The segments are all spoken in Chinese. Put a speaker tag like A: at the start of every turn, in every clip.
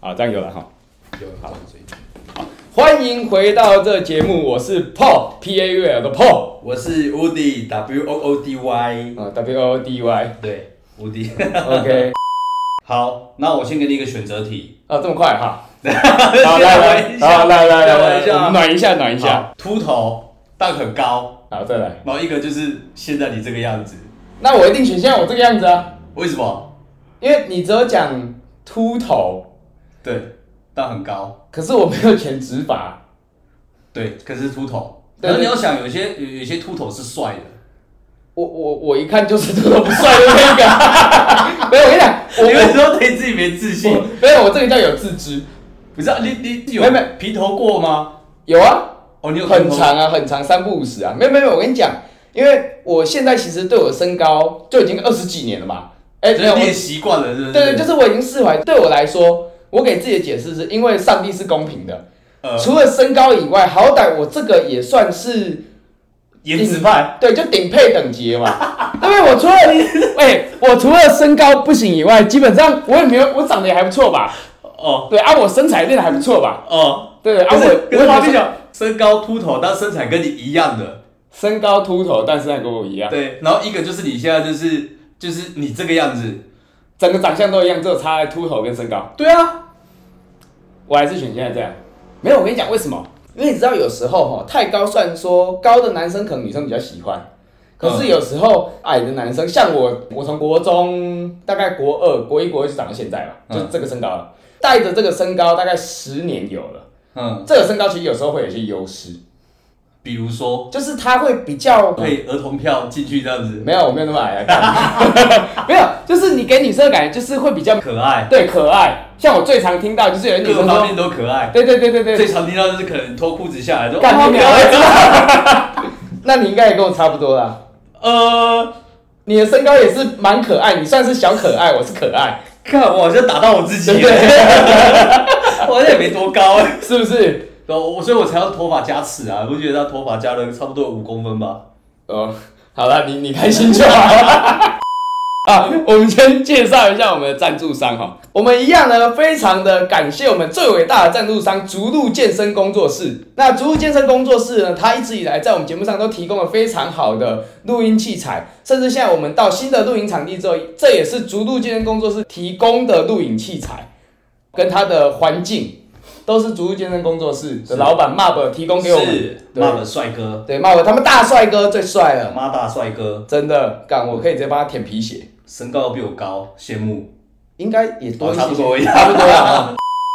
A: 好，这样有了哈。
B: 有
A: 好
B: 谁？
A: 欢迎回到这节目，我是 Paul P A U L 的 Paul
B: 我是 Woody W O O D Y，
A: 啊，W O D Y
B: 对，Woody。
A: OK
B: 好，那我先给你一个选择题。
A: 啊，这么快 哈？好，来来，
B: 啊
A: 好来来来来，我们暖一下暖一下，
B: 好，秃头，但很高，
A: 好再来。
B: 然后一个就是现在你这个样子，
A: 那我一定选像我这个样子啊，
B: 为什么？
A: 因为你只有讲秃头，
B: 对，但很高，
A: 可是我没有剪直发，
B: 对，可是秃头。
A: 对
B: 可是你要想，有些有有些秃头是帅的，
A: 我我我一看就是秃头不帅的那个。没 有，我跟你讲，我
B: 你为什么对自己没自信
A: 我？没有，我这个叫有自知。
B: 哦不是、啊、你你有
A: 没没
B: 皮头过吗？
A: 有啊，
B: 哦，你有
A: 很
B: 秃头
A: 长啊，很长，三不五十啊。没有没有没有，我跟你讲，因为我现在其实对我的身高就已经二十几年了嘛。哎、
B: 就
A: 没有，
B: 是
A: 我
B: 你也习惯了，是不是？
A: 对对，就是我已经释怀。对我来说，我给自己的解释是因为上帝是公平的，
B: 呃，
A: 除了身高以外，好歹我这个也算是
B: 颜值派，
A: 对，就顶配等级的 嘛。因为我除了哎、我除了身高不行以外，基本上我也没有，我长得也还不错吧？
B: 哦
A: 对啊，我身材练得还不错吧？
B: 哦，
A: 对对啊，
B: 可
A: 我
B: 是可
A: 我也
B: 是我
A: 没
B: 跟
A: 有
B: 你讲，身高秃头，但身材跟你一样的，
A: 身高秃头，但是还跟我一样，
B: 对。然后一个就是你现在就是就是你这个样子，
A: 整个长相都一样，只有差在秃头跟身高。
B: 对啊，
A: 我还是选现在这样。没有，我跟你讲为什么？因为你知道有时候哈，太高算说高的男生可能女生比较喜欢，可是有时候矮的男生，像我，我从国中大概国二、国一、国二就长到现在了，
B: 嗯
A: 就这个身高了，带着这个身高大概十年有了。
B: 嗯，
A: 这个身高其实有时候会有一些优势，
B: 比如说
A: 就是他会比较
B: 可以儿童票进去这样子，
A: 嗯没有，我没有那么矮啊干， 没有，就是你给女生的感觉就是会比较
B: 可爱，
A: 对可爱。像我最常听到就是有人女
B: 各
A: 生
B: 方
A: 说，
B: 面都可爱。
A: 对对对对对，
B: 最常听到就是可能脱裤子下来哦说，
A: 干
B: 哇
A: 你
B: 可
A: 娘
B: 爱
A: 那你应该也跟我差不多啦。
B: 呃，
A: 你的身高也是蛮可爱，你算是小可爱，我是可爱，
B: 看我好像打到我自
A: 对
B: 己
A: 不
B: 了，
A: 对？
B: 我好像也没多高。
A: 是不是？
B: 然后我所以我才要头发加尺啊，我觉得他头发加了差不多五公分吧。
A: 哦，好了，你你开心就好。 啊，我们先介绍一下我们的赞助商哈。我们一样呢，非常的感谢我们最伟大的赞助商逐鹿健身工作室。那逐鹿健身工作室呢，它一直以来在我们节目上都提供了非常好的录音器材，甚至现在我们到新的录音场地之后，这也是逐鹿健身工作室提供的录影器材，跟它的环境都是逐鹿健身工作室的老板 Mab 提供给我们。
B: 是，
A: 对
B: 妈的帅哥，
A: 对，Mab 他们大帅哥最帅了。
B: 妈大帅哥，
A: 真的，干我可以直接帮他舔皮鞋，
B: 身高比我高，羡慕。
A: 应该也多一些，
B: 哦差不多
A: 差不多了 啊。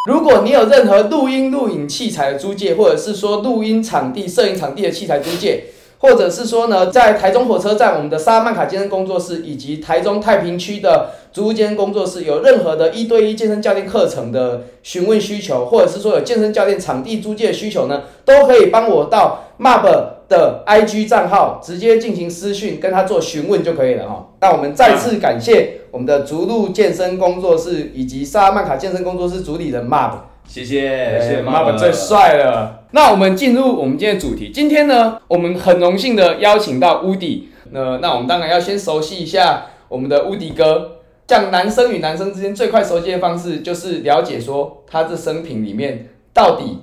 A: 如果你有任何录音、录影器材的租借，或者是说录音场地、摄影场地的器材租借，或者是说呢，在台中火车站我们的沙曼卡健身工作室以及台中太平区的足屋健身工作室有任何的一对一健身教练课程的询问需求，或者是说有健身教练场地租借的需求呢，都可以帮我到 MUB 的 IG 账号直接进行私讯，跟他做询问就可以了哈。那我们再次感谢我们的逐鹿健身工作室以及萨曼卡健身工作室主理人 MUB。
B: 谢谢，谢谢
A: 哎妈
B: 哎妈
A: 妈最帅了。那我们进入我们今天的主题。今天呢，我们很荣幸的邀请到乌迪。那那我们当然要先熟悉一下我们的乌迪哥。像男生与男生之间最快熟悉的方式，就是了解说他这生平里面到底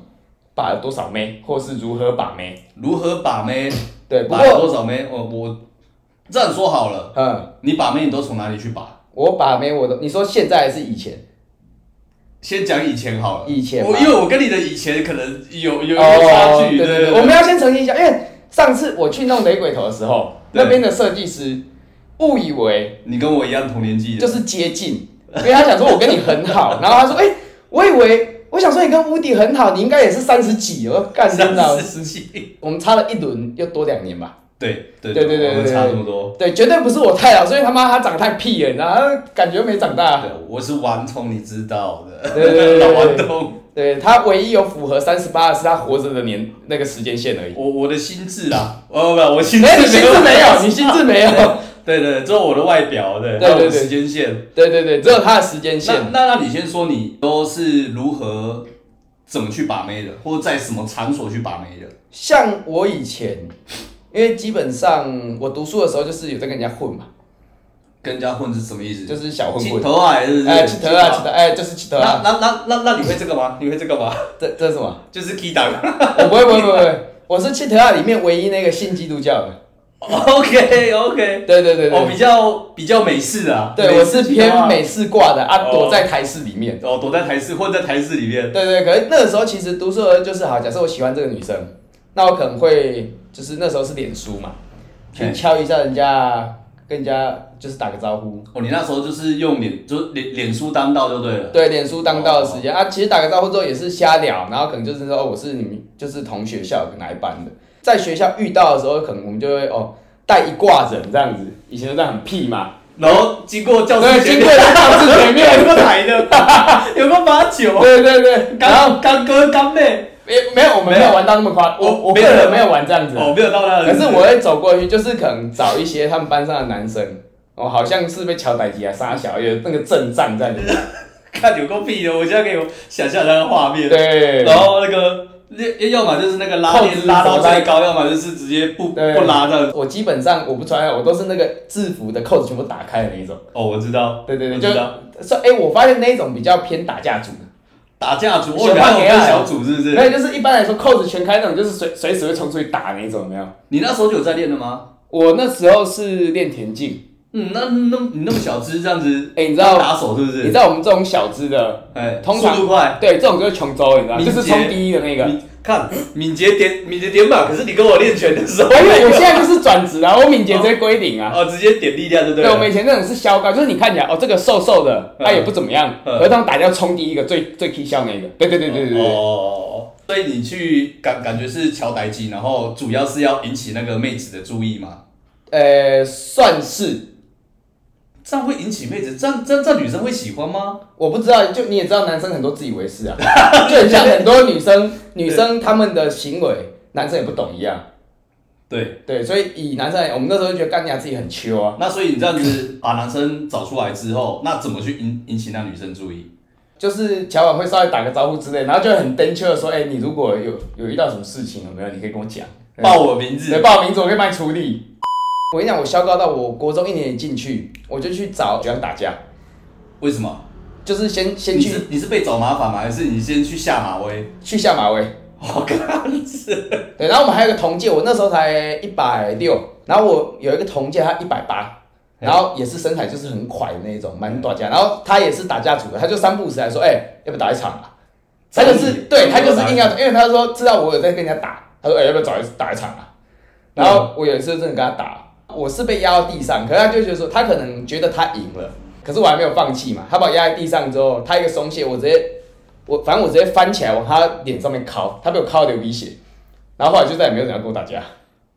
A: 把了多少妹，或是如何把妹。
B: 如何把妹？
A: 对，不
B: 把了
A: 过
B: 多少妹？我我这样说好了，
A: 嗯，
B: 你把妹你都从哪里去把？
A: 我把妹我都你说现在还是以前？
B: 先讲以前好了，
A: 以前吧
B: 我因为我跟你的以前可能有有有差
A: 哦，
B: 距，
A: 对
B: 对
A: 对，我们要先澄清一下，因为上次我去弄雷鬼头的时候，
B: 对
A: 那边的设计师误以为
B: 你跟我一样同年纪的，
A: 就是接近，因为他想说我跟你很好，然后他说，哎、我以为我想说你跟乌迪很好，你应该也是三十几，我说干真的啊，
B: 十几，
A: 我们差了一轮又多两年吧。
B: 对对
A: 对对对
B: 我们
A: 对
B: 差
A: 对
B: 这么多。
A: 对，绝对不是我太老，所以他妈他长得太屁了，然后感觉没长大。
B: 对，我是顽童，你知道的，
A: 对对对对
B: 老
A: 对
B: 顽童，
A: 对他唯一有符合三十八的是他活着的年那个时间线而已。
B: 我我的心智啊，哦不，我心智
A: 哎、你心智
B: 有
A: 没有，你心智 没有。
B: 对对，对只有我的外表，
A: 对
B: 对，
A: 对
B: 还有我的
A: 对
B: 时间线。
A: 对对对，只有他的时间
B: 那
A: 线。
B: 那那你先说，你都是如何怎么去把妹的，或者在什么场所去把妹的？
A: 像我以前，因为基本上我读书的时候就是有在跟人家混嘛，
B: 跟人家混是什么意思？
A: 就是小混
B: 起
A: 混。
B: 头啊，还是
A: 哎，起头啊，起头，哎，就是起头
B: 那
A: 啊。
B: 那那那那你会这个吗？ 你会这个吗？
A: 这这是什么？
B: 就是 key 档。
A: 我不会，不会，不会不会，我是起头啊里面唯一那个信基督教的。
B: OK OK，
A: 对对对对
B: 哦，
A: 对，
B: 比较比较美式啊。
A: 对
B: 美
A: 我
B: 式
A: 是
B: 起头啊
A: 偏美式挂的啊，
B: 哦
A: 躲在台式里面。
B: 哦，躲在台式混在台式里面。
A: 对对，可是那个时候其实读书的就是好，假设我喜欢这个女生，那我可能会就是那时候是脸书嘛，去
B: 嗯
A: 敲一下人家，跟人家就是打个招呼。
B: 哦，你那时候就是用脸，就是脸脸书当道就对了。
A: 对，脸书当道的时间、啊，其实打个招呼之后也是瞎聊，然后可能就是说、哦、我是你们就是同学校哪一班的，在学校遇到的时候，可能我们就会哦带一挂人这样子，以前都这样很屁嘛，
B: 然后经过教
A: 对，
B: 室前
A: 经
B: 面
A: 过，教室前
B: 有
A: 面，
B: 个台的， 有个八九，
A: 对对对，然后
B: 干干哥干妹。
A: 没没有我们没有玩到那么夸，我我个
B: 哦没有
A: 人没有玩这样子，
B: 哦，没有到那。
A: 可是我会走过去，就是可能找一些他们班上的男生，哦，好像是被乔逮起啊、杀小，有那个阵仗在里面。
B: 看有个屁的，我现在可以想象那个画面。
A: 对，
B: 然后那个要要么就是那个拉
A: 扣子
B: 链拉到
A: 手拉
B: 最高，要么就是直接不
A: 对
B: 不拉的。
A: 呃我基本上我不穿，我都是那个制服的扣子全部打开的那一种。
B: 哦，我知道，
A: 对对对，
B: 我
A: 就
B: 知道。
A: 说哎、我发现那一种比较偏打架组的，
B: 打架组，
A: 小
B: 哦，你还有
A: 胖给啊
B: 分小组是不
A: 没
B: 是？
A: 有就是一般来说扣子全开那种，就是随随时会冲出去打那一种，有没有？
B: 你那时候就有在练的吗？
A: 我那时候是练田径，
B: 嗯，那那你那么小只这样子，
A: 哎、你知道
B: 打手是不
A: 你知
B: 是？
A: 道我们这种小资的，
B: 哎，
A: 通常
B: 速度快。
A: 对这种就是穷州，你知道，
B: 敏
A: 就
B: 捷
A: 是冲第一的那个。
B: 敏看敏捷点敏捷点满，可是你跟我练拳的时候，
A: 因为我现在就是转职啊，我敏捷直接归零啊。
B: 哦，直接点力量就对
A: 对，我们
B: 了。
A: 以前那种是削高，就是你看起来哦，这个瘦瘦的，
B: 嗯
A: 他也不怎么样，
B: 嗯
A: 合同打掉冲第一个最最 K 笑那个，对对对对对对，
B: 哦，所以你去感感觉是乔台机，然后主要是要引起那个妹子的注意嘛？
A: 呃，算是
B: 这样会引起妹子，这样这样这样女生会喜欢吗？
A: 我不知道，就你也知道，男生很多自以为 是啊，就很像很多女生女生她们的行为，男生也不懂一样，
B: 对，
A: 对，所以以男生来，我们那时候就觉得干娘自己很秋啊，
B: 那所以你这样子把男生找出来之后，那怎么去引引起那女生注意？
A: 就是乔晚会稍微打个招呼之类，然后就很登秋的说，哎、你如果有有遇到什么事情有没有，你可以跟我讲，
B: 报我名
A: 对，
B: 字，
A: 报名字我可以帮你处理。我跟你讲，我消高到我国中一年级进去，我就去找学长打架，
B: 为什么？
A: 就是先先
B: 你
A: 去
B: 是你是被找麻烦吗？还是你先去下马威？
A: 去下马威。
B: 我看是
A: 对，然后我们还有一个同届，我那时候才一百六，然后我有一个同届他一百八，然后也是身材就是很快的那种，蛮打架，然后他也是打架组的，他就三不五时来说，哎、要不要打一场啊？他就是对他就是硬要，因为他说知道我有在跟人家打，他说哎、要不要找一打一场啊？然后我有一次真的跟他打，我是被压到地上，可是他就觉得说他可能觉得他赢了，可是我还没有放弃嘛，他把我压在地上之后，他一个松懈，我直接我反正我直接翻起来往他脸上面敲，他被我敲的流鼻血，然后后来就再也没有人要跟我打架，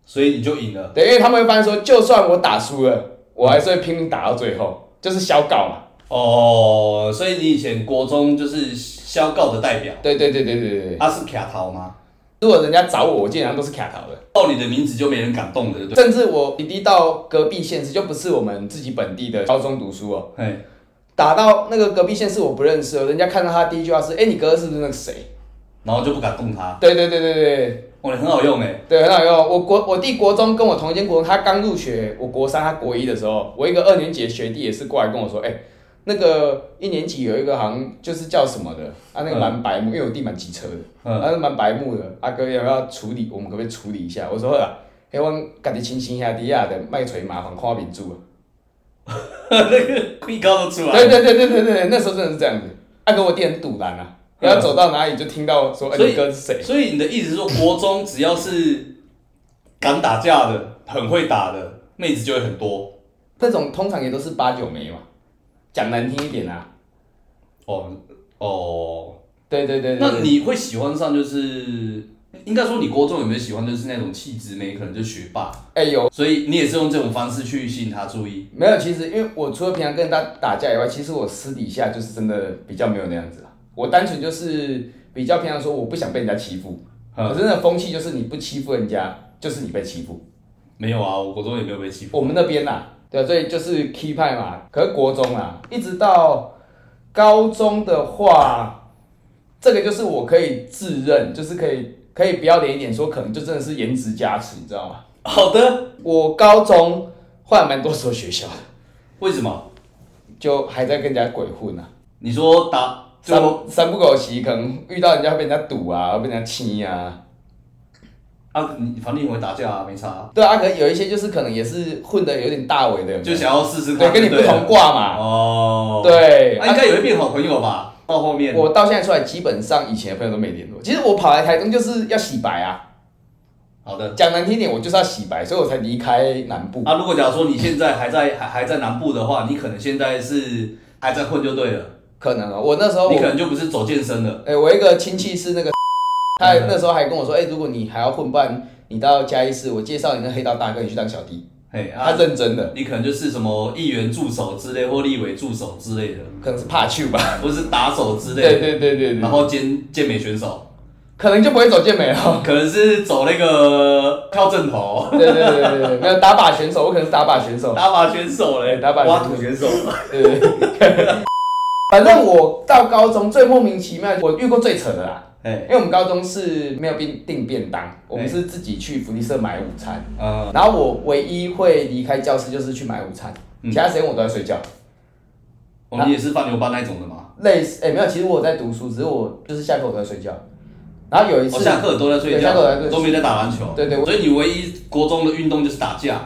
B: 所以你就赢了。
A: 对，因为他们会发现说就算我打输了，我还是会拼命打到最后，就是小搞嘛，
B: 哦，所以你以前国中就是消告的代表，
A: 对对对对对对对，
B: 他、是卡桃吗？
A: 如果人家找我，我基本上都是卡逃的。
B: 报你的名字就没人敢动了，对不对？
A: 甚至我弟弟到隔壁县市，就不是我们自己本地的高中读书哦，
B: 嘿，
A: 打到那个隔壁县市我不认识哦，人家看到他第一句话是：“哎、你哥是不是那个谁
B: 然后就不敢动他。？”
A: 对对对对对
B: 哦，你很好用哎，
A: 对，很好用。我国我弟国中跟我同一间国中，他刚入学，我国三，他国一的时候，我一个二年级的学弟也是过来跟我说：“哎、那个一年级有一个好像就是叫什么的，啊，那个蛮白目，因为我弟蛮机车的。
B: 嗯，
A: 他是蛮白目的，阿哥要不要处理？我们可不可以处理一下？我说好啦，嘿，我家己清醒下底下的，卖找麻烦，看我面子啊。
B: 贵高都出来
A: 对
B: 了。
A: 对对对对对，那时候真的是这样子。阿哥我弟很堵然啊，
B: 嗯
A: 然后走到哪里就听到说，哎、
B: 所以
A: 你哥是谁？
B: 所以你的意思是说，国中只要是敢打架的、很会打的妹子就会很多
A: 那种通常也都是八九枚嘛，讲难听一点啊。
B: 哦哦。
A: 对对对对
B: 那
A: 对
B: 你会喜欢上就是，应该说你国中有没有喜欢就是那种气质妹，可能就学霸，
A: 哎、有
B: 所以你也是用这种方式去吸引她注意。
A: 没有？其实因为我除了平常跟大家打架以外，其实我私底下就是真的比较没有那样子啊。我单纯就是比较平常说，我不想被人家欺负。
B: 嗯
A: 可是那风气就是你不欺负人家，就是你被欺负。
B: 没有啊，我国中也没有被欺负。
A: 我们那边啦、对，啊所以就是 key 派嘛。可是国中啊，一直到高中的话，这个就是我可以自认，就是可以可以不要脸一点说，可能就真的是颜值加持，你知道吗？
B: 好的，
A: 我高中换了蛮多所学校的，
B: 为什么？
A: 就还在跟人家鬼混啊，
B: 你说打
A: 三
B: 就
A: 三不狗席，可能遇到人家会被人家堵啊，会被人家欺啊。
B: 啊，你反正你会打架啊，没差啊、
A: 对啊，可能有一些就是可能也是混的有点大尾的，有没有
B: 就想要试试
A: 对
B: 看，
A: 跟你不
B: 对了
A: 同挂嘛。
B: 哦，，
A: 对，
B: 啊、应该也会变好朋友吧？到后面
A: 我到现在出来，基本上以前的朋友都没联络。其实我跑来台中就是要洗白啊，
B: 好的。
A: 讲难听点，我就是要洗白，所以我才离开南部。
B: 啊，如果假如说你现在还在还还在南部的话，你可能现在是还在混就对了，
A: 可能啊，我那时候
B: 你
A: 我
B: 可能嗯就不是走健身了。
A: 哎、我一个亲戚是那个，他那时候还跟我说，哎、如果你还要混，不然你到嘉义市，我介绍你那黑道大哥，你去当小弟。
B: 嘿
A: 他
B: 啊，
A: 认真的，
B: 你可能就是什么议员助手之类或立委助手之类的，
A: 可能是怕去吧。
B: 不是打手之类
A: 对
B: 的，
A: 对对对
B: 然
A: 对，
B: 后兼健美选手，
A: 可能就不会走健美了。
B: 可能是走那个跳正头、
A: 对对对对对，没有打靶选手，我可能是打靶选手。
B: 打靶选手嘞，
A: 哦打靶
B: 挖土选手，
A: 对对对。 反正我到高中最莫名其妙，我遇过最扯的啦。
B: 哎，
A: 因为我们高中是没有订订便当，我们是自己去福利社买午餐。
B: 啊，
A: 然后我唯一会离开教室就是去买午餐，
B: 嗯
A: 其他时间我都在睡觉。
B: 我
A: 啊
B: 们也是放牛班那一种的嘛，
A: 类似哎、没有，其实我在读书，只是我就是下课我都在睡觉。然后有一
B: 我
A: 次，
B: 哦下课都在睡
A: 对下课都在
B: 觉，
A: 睡
B: 都没在打篮球，
A: 对对我
B: 所以你唯一国中的运动就是打架，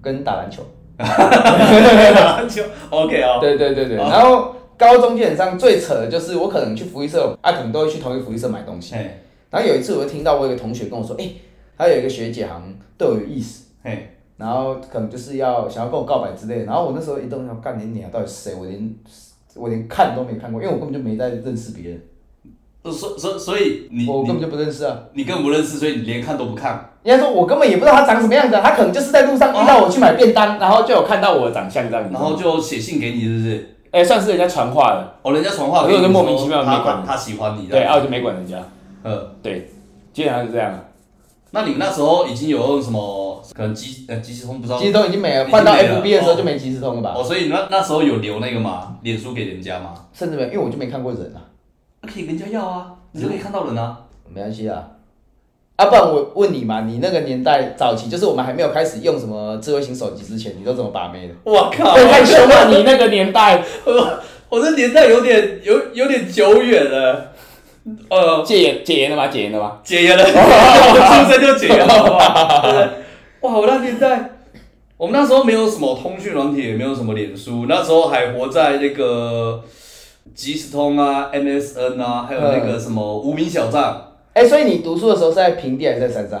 A: 跟打 篮球，
B: 打篮球，OK 哦，
A: 对对对对。
B: 哦
A: 然后高中基本上最扯的就是我可能去福利社，啊，可能都会去同一个福利社买东西。
B: 嘿，
A: 然后有一次我就听到我有一个同学跟我说，哎、他有一个学姐好像对我有意思。
B: 嘿，
A: 然后可能就是要想要跟我告白之类的，然后我那时候一动想干你娘到底是谁，我连我连看都没看过，因为我根本就没在认识别人，
B: 所所所以你
A: 我根
B: 你
A: 本就不认识啊。
B: 你更不认识，所以你连看都不看，
A: 应该说，我根本也不知道他长什么样子啊，他可能就是在路上遇到我去买便当，然后就有看到我的长相这样子，
B: 然后就写信给你，是不是？
C: 哎、算是人家传话了，
B: 哦，人家传话
C: 我
B: 给
C: 就
B: 你
C: 是
B: 说
C: 莫名其妙
B: 他
C: 没管
B: 他喜欢你的，
C: 对，啊，我就没管人家，
B: 呃，
C: 对，基本上是这样。
D: 啊
B: 那你那时候已经有用什么？可能即呃即时通不知道
A: 即时通已经没
B: 已
A: 了，
B: 经
A: 换 到
B: 没了
A: FB 的时候
B: 哦
A: 就没即时通了吧，
B: 哦，所以那那时候有留那个嘛，脸书给人家嘛，
A: 甚至没有，因为我就没看过人啊，
B: 可以跟人家要啊，你就可以看到人啊。
A: 没关系啊。啊，不然我问你嘛，你那个年代早期，就是我们还没有开始用什么智慧型手机之前，你都怎么把妹的？
B: 我靠
D: 哎
C: 对，太凶了，你那个年 代
B: 我我这年代有点有有点久远了，
D: 哦
B: 呃，
C: 戒严戒严了吗？戒严了吗？
B: 解严了， 我出生就解严了，好不好？对哇，我那年代，我们那时候没有什么通讯软体，也没有什么脸书，那时候还活在那个即时通啊、MSN 啊，还有那个什么无名小站。
A: 哎、所以你读书的时候是在平地还是在山上？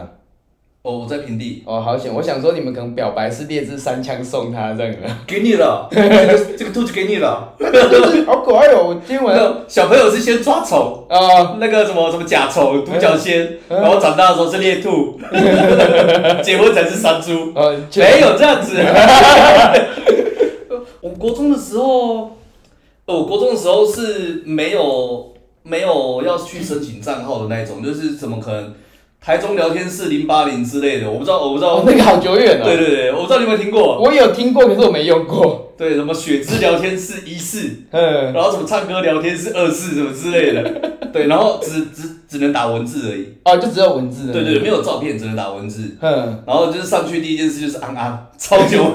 B: 哦，我在平地，
A: 哦，好险！我想说你们可能表白是列支三枪送他这样 的，
B: 给你了，这个这个兔子给你了。
A: 就是好可爱哦！我今晚
B: 那小朋友是先抓虫，
A: 啊，
B: 那个什么什么甲虫、独角仙，然后长大的时候是猎兔，结婚才是山猪。
A: 呃，
B: 没有这样子。我国中的时候，呃我国中的时候是没有没有要去申请账号的那一种，就是怎么可能台中聊天室零八零之类的，我不知道，我不知
A: 哦
B: 道。
A: 那个好久远
B: 对
A: 哦。
B: 对对，我不知道你有没有听过，
A: 我有听过，可是我没用过。
B: 对什么雪之聊天室一四，
A: 嗯，
B: 然后什么唱歌聊天室二四什么之类的，对，然后只只只能打文字而已，
A: 哦，就只有文字的。
B: 对对对，没有照片，只能打文字，
A: 嗯，
B: 然后就是上去第一件事就是安安， 超久。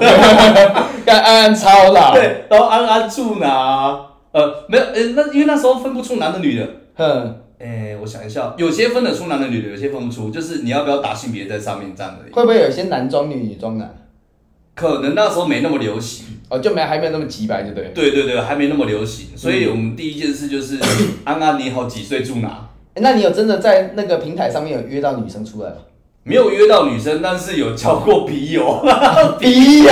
A: 干安安超 啦。，
B: 对，然后安安住哪？呃，没有，呃，那因为那时候分不出男的女的。
A: 嗯，
B: 哎、我想一下，有些分得出男的女的，有些分不出，就是你要不要打性别在上面这样而已。
A: 会不会有些男装女，女装男？
B: 可能那时候没那么流行，
A: 哦，就没还没有那么急白，就对了。
B: 对对对，还没那么流行，所以我们第一件事就是安安你好，几岁住哪？
A: 诶那你有真的在那个平台上面有约到女生出来 吗？
B: 没有约到女生，但是有交过笔友，
A: 笔友，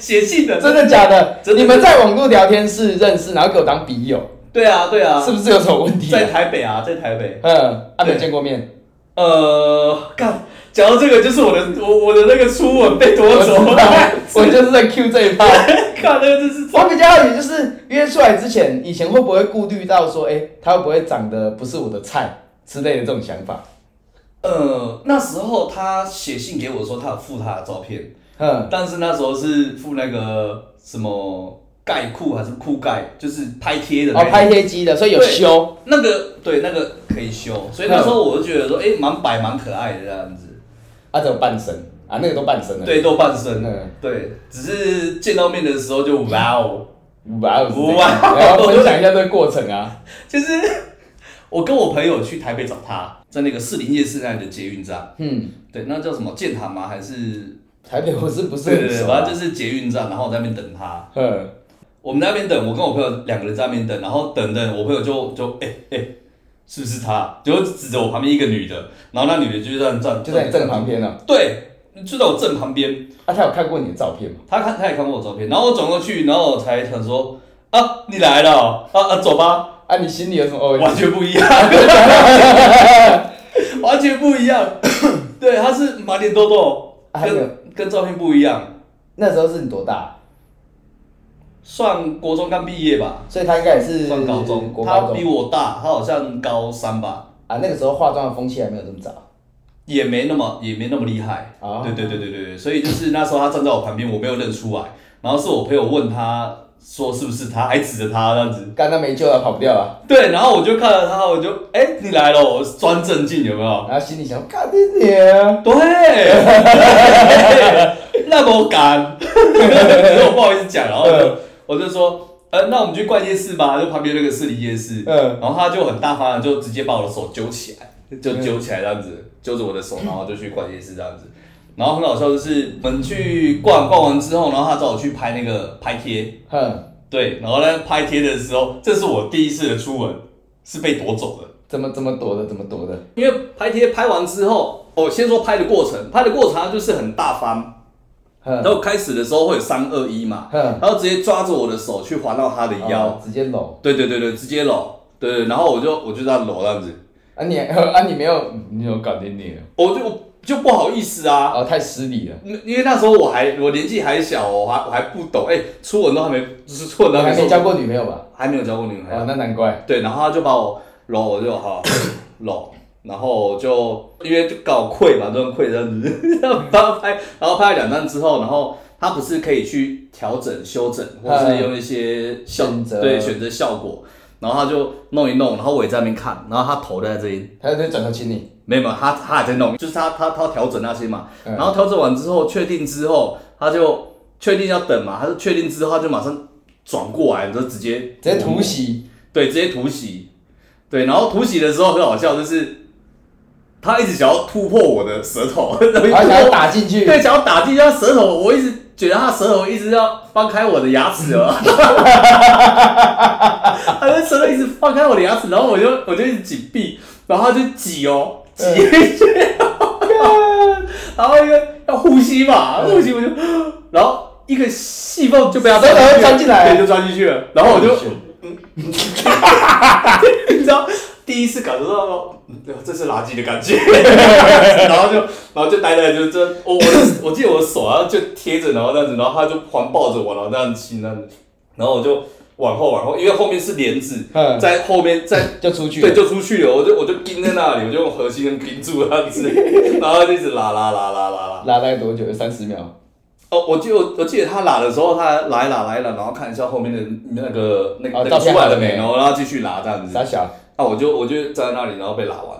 B: 写信 的。
A: 真的假的？
B: 真的
A: 你们在网络聊天室认识，然后给我当笔友，
B: 对啊，对啊
A: 是，不是有什么问题啊？
B: 在台北啊，在台北。
A: 嗯，啊，没
B: 对
A: 见过面。
B: 呃，干，讲到这个，就是我的我我的那个初吻被夺
A: 我知
B: 走 了。
A: 道，我就是在 Q 这一趴。
B: 看那个真是
A: 我比较好奇，就是约出来之前，以前会不会顾虑到说，哎、他会不会长得不是我的菜之类的这种想法？
B: 呃，那时候他写信给我说他有附他的照片，
A: 嗯，
B: 但是那时候是附那个什么盖裤还是裤盖，就是拍贴的那
A: 哦，
B: 种
A: 拍贴机的，所以有修。
B: 那个对那个可以修，所以那时候我就觉得说，哎、蛮白蛮可爱的这样子。
A: 啊，只有半身，
C: 啊，那个都半身了。
B: 对，都半身，
C: 嗯
B: 对，只是见到面的时候就哇哦，
C: 哇哦，
B: 哇哦
C: 然后分享一下这个过程啊。
B: 就是我跟我朋友去台北找他，在那个士林夜市那里的捷运站，
A: 嗯，
B: 对，那叫什么建塔吗？还是
A: 台北我是不是
B: 对对
A: 很
B: 对，
A: 熟
B: 反
A: 啊？
B: 正就是捷运站，然后我在那边等他，
C: 嗯，
B: 我们在那边等，我跟我朋友两个人在那边等，然后等等，我朋友就就哎哎、是不是他？就指着我旁边一个女的，然后那女的就在站
C: 就在你正旁，边啊。
B: 对，就在我正旁边。
C: 啊，他有看过你的照片吗？
B: 她看她也看过我照片，然后我转过去，然后我才想说啊，你来了哦、啊啊，走吧，
C: 啊，你心里有什么
A: 哦
C: OS？
B: 完全不一 样，完全不一样。对，她是满脸痘痘，
A: 啊还有
B: 跟跟照片不一样，
A: 那时候是你多大？
B: 算国中刚毕业吧，
A: 所以他应该也是
B: 算高中，
A: 国
B: 她
A: 高
B: 比
A: 中
B: 我大，她好像高三吧。
A: 啊。那个时候化妆的风气还没有这么早。
B: 也没那么也没那么厉害。
A: 哦
B: 对对对对对对，所以就是那时候他站在我旁边，我没有认出来，然后是我朋友问他说是不是他，还指着他这样子。
A: 干他没救了，跑不掉了。
B: 对，然后我就看了他，我就哎、你来了，我装镇静有没有？
A: 然后心里想，干你娘！
B: 对，对那么敢，然后我不好意思讲，然后我就我就说，呃，那我们去逛夜市吧，就旁边那个士林夜市。
A: 嗯，
B: 然后他就很大方的就直接把我的手揪起来，就揪起来这样子，揪着我的手，然后就去逛夜市这样子。然后很好笑的是，我们去逛逛完之后，然后他找我去拍那个拍贴，
A: 哼，
B: 对，然后呢拍贴的时候，这是我第一次的初吻，是被夺走的。
A: 怎么怎么躲的，怎么躲的？
B: 因为拍贴拍完之后，哦，先说拍的过程，拍的过程他就是很大方，然
A: 哼
B: 后开始的时候会有三二一嘛，
A: 哼，
B: 然后直接抓着我的手去环绕他的
A: 嗯
B: 腰，
A: 哦直接搂
B: 对对对对，直接搂，对对，然后我就我就这样搂这样子，
A: 啊你 啊你没有你有搞定你了
B: 我就我哦就不好意思啊，
A: 哦太失礼了。
B: 因因为那时候我还我年纪还小，我还我还不懂，哎、初吻都还没，就是初
A: 你
B: 吻都
A: 还
B: 还没
A: 没交，过女朋友吧？
B: 还没有交过女朋友，
A: 哦，那难怪。
B: 对，然后他就把我搂，我就好 搂，然后我就因为就搞溃嘛，都很溃这样子， 然后他拍，然后拍了两张之后，然后他不是可以去调整、修整，或是用一些效
A: 选择
B: 对选择效果，然后他就弄一弄，然后我也在那边看，然后他头在这里。
A: 他就转头亲你，
B: 没有，没有，他他还在弄，就是他他他调整那些嘛，
A: 嗯
B: 然后调整完之后，确定之后，他就确定要等嘛，他就确定之后，他就马上转过来，就直接
A: 直接突，袭，
B: 对，直接突袭，对，然后突袭的时候很好笑，就是他一直想要突破我的舌头， 然
A: 然
B: 后
A: 后想要打进去，
B: 嗯对，想要打进去他舌头，我一直觉得他舌头一直要翻开我的牙齿 了，他的舌头一直翻开我的牙齿，然后我就我就一直紧闭，然后他就挤哦，挤进去，然后因为要呼吸嘛，
A: 嗯
B: 呼吸我就，然后一个细缝就被他
A: 舌头
B: 进去了
A: 钻进来
B: 对，就钻进去了，然后 我就
A: 是，
B: 你知道。 第一次感受到说，嗯这是垃圾的感觉， 然后就，然后就呆呆，就这，我我的我记得我的手啊就贴着，然后这样子，然后他就环抱着我，然后这样亲，这样子，然后我就往后往后，因为后面是帘子，
A: 嗯
B: 在后面在
A: 就出去
B: 对，
A: 了。
B: 就出去了，我就我就盯在那里，我就用核心跟盯住这样子， 然后就一直拉拉拉拉拉
A: 拉
B: 拉。
A: 大概多久？三十秒。
B: 哦，我记得我我记得他拉的时候，他拉一拉拉一拉，然后看一下后面的那个那个、
A: 哦
B: 那
A: 照
B: 个
A: 片
B: 出来了
A: 还
B: 没，
A: 没
B: 然后然后继续拉这样子。
A: 傻小，
B: 啊，我就我就站在那里，然后被拉完。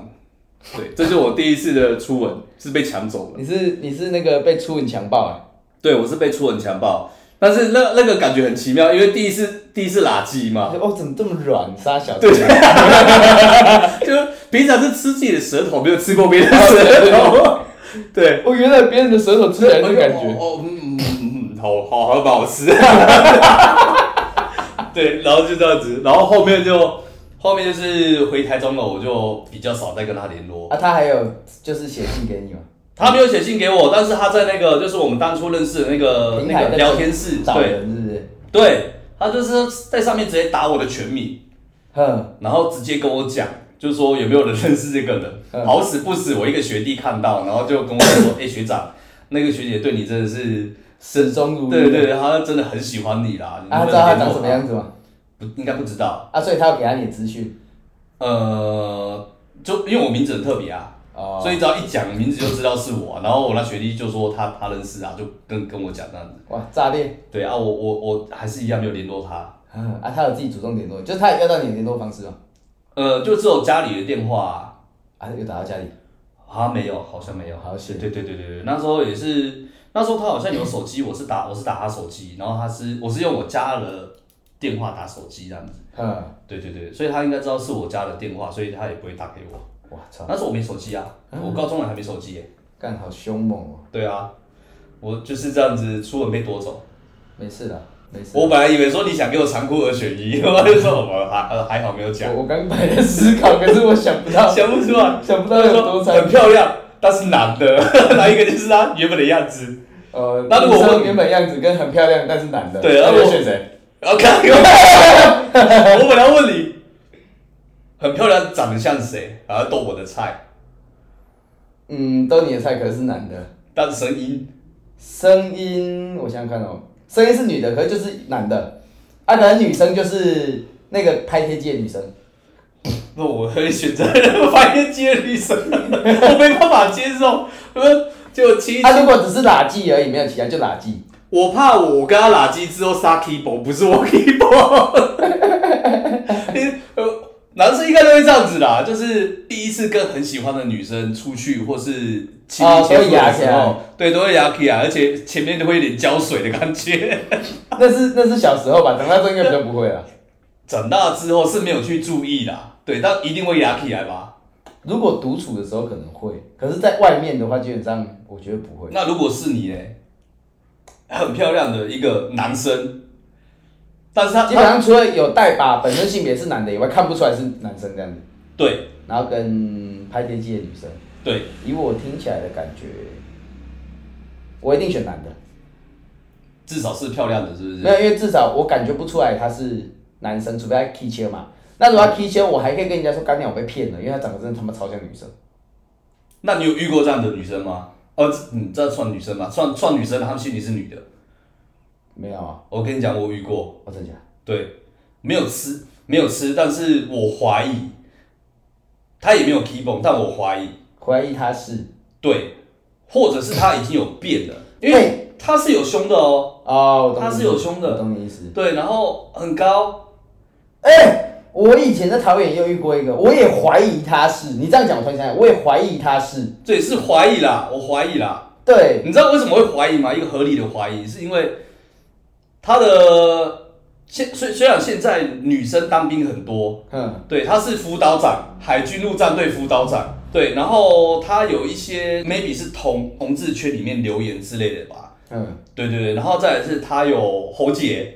B: 对，这是我第一次的初吻，是被抢走的。
A: 你是你是那个被初吻强暴啊？
B: 对，我是被初吻强暴，但是那那个感觉很奇妙，因为第一次第一次拉鸡嘛，
A: 哦，怎么这么软？傻小，对，
B: 就平常是吃自己的舌头，没有吃过别人的舌头。 对，
A: 我原来别人的舌头吃起来的感觉，
B: 哦，嗯嗯嗯嗯，好好好不好吃？ 对，然后就这样子，然后后面就后面就是回台中了，我就比较少再跟他联络。
A: 啊，他还有就是写信给你吗？
B: 他没有写信给我，但是他在那个就是我们当初认识的呃那个
A: 平台
B: 那
A: 在
B: 个聊天室，
A: 找
B: 对
A: 人是不是？
B: 对，他就是在上面直接打我的全名，
A: 哼，啊
B: 然后直接跟我讲，就是说有没有人认识这个人，
A: 嗯
B: 好死不死我一个学弟看到，然后就跟我 说，哎、学长，那个学姐对你真的是。
A: 始终如一。
B: 对对，对，她真的很喜欢你啦。你
A: 啊，他
B: 能
A: 知
B: 不能
A: 道他
B: 联
A: 长
B: 络
A: 什么
B: 她
A: 样子吗？
B: 不应该不知道。
A: 啊，所以他要给他你的资讯。
B: 呃，就因为我名字很特别啊，
A: 哦，
B: 所以只要一讲名字就知道是我、啊。然后我那学弟就说他他认识啊，就跟跟我讲这样子。
A: 哇，炸裂！
B: 对啊，我我我还是一样没有联络他，
A: 嗯啊，他有自己主动联络你，就是他也要到你的联络方式吗？
B: 呃，就只有家里的电话、
A: 啊，又打到家里，
B: 啊，啊，没有，好像没有。
A: 好险
B: 对对对对对，那时候也是，那时候他好像有手机，我是打我是打他手机，然后他是我是用我家的电话打手机这样子。
A: 嗯，
B: 对对对，所以他应该知道是我家的电话，所以他也不会打给我。
A: 哇操，
B: 那时候我没手机啊，我高中也还没手机耶。
A: 干好凶猛哦，
B: 对啊，我就是这样子，初吻被夺走。
A: 没事的，没事。
B: 我本来以为说你想给我残酷二选一， 我就说我还呃还好没有讲，
A: 我我刚才在思考，可是我想不到，
B: 想不出来。
A: 啊想不到
B: 他
A: 有
B: 就
A: 多
B: 说
A: 惨
B: 很。漂亮，但是男的， 哪一个就是他原本的样子。
A: 呃，
B: 那如果
A: 医生
B: 我
A: 原本样子跟很漂亮但是男的，
B: 对那
A: 那
B: 我
A: 就选谁？
B: OK，我本来问你，很漂亮，长得像谁？然后逗我的菜，
A: 嗯，都你的菜，可是男的，
B: 但声音
A: 声音我想想看哦，声音是女的，可是就是男的，啊，男女生就是那个拍贴机的女生，
B: 那我会选择 发现接女生， 我没办法接受。 呃，就其实
A: 啊，如果只是垃圾而已，没有其他就垃圾，
B: 我怕我跟他拉鸡之后杀 keyboard，不是我 keyboard。你呃，男生应该都会这样子啦，就是第一次跟很喜欢的女生出去，或是亲
A: 哦
B: 密接触
A: 都会牙
B: 的
A: 起
B: 时
A: 来
B: 候，对，都会牙 k 啊，而且前面都会有点胶水的感觉。
A: 那是那是小时候吧，长大之后应该比较不会啊了。
B: 长大之后是没有去注意啦，对，但一定会牙起来吧？
A: 如果独处的时候可能会，可是在外面的话，基本上我觉得不会。
B: 那如果是你呢？很漂亮的一个男生，但是他
A: 基本
B: 他
A: 上除了有带把本身性别是男的以外，看不出来是男生这样子，
B: 对
A: 然后跟拍贴机的女生，
B: 对，
A: 以我听起来的感觉，我一定选男的，
B: 至少是漂亮的，是不是？
A: 没有，因为至少我感觉不出来他是男生，除非他 K 切嘛。那如
B: 嗯
A: 果他 K 切，我还可以跟人家说干娘我被骗了，因为他长得真的他妈超像女生。
B: 那你有遇过这样的女生吗？哦，这嗯，这算女生吗？算算女生，她们心里是女的。
A: 没有啊，
B: 我跟你讲，我遇过，
A: 我真假？
B: 对，没有吃，没有吃，但是我怀疑，她也没有 k e y b o a 但我怀疑，
A: 怀疑他是
B: 对，或者是她已经有变了，因为
A: 对
B: 她是有胸的哦，
A: 哦，我懂你
B: 她是有胸
A: 我
B: 的，
A: 懂你意思。
B: 对，然后很高，
A: 哎、我以前在桃园也有遇过一个，我也怀疑他是。你这样讲，我突然想起来，我也怀疑他是。
B: 对，是怀疑啦，我怀疑啦，
A: 对，
B: 你知道为什么会怀疑吗？一个合理的怀疑，是因为她的现虽虽然现在女生当兵很多，
A: 嗯，
B: 对，他是辅导长，海军陆战队辅导长。对，然后他有一些 maybe 是同同志圈里面留言之类的吧。
A: 嗯，
B: 对对对，然后再来是他有喉结，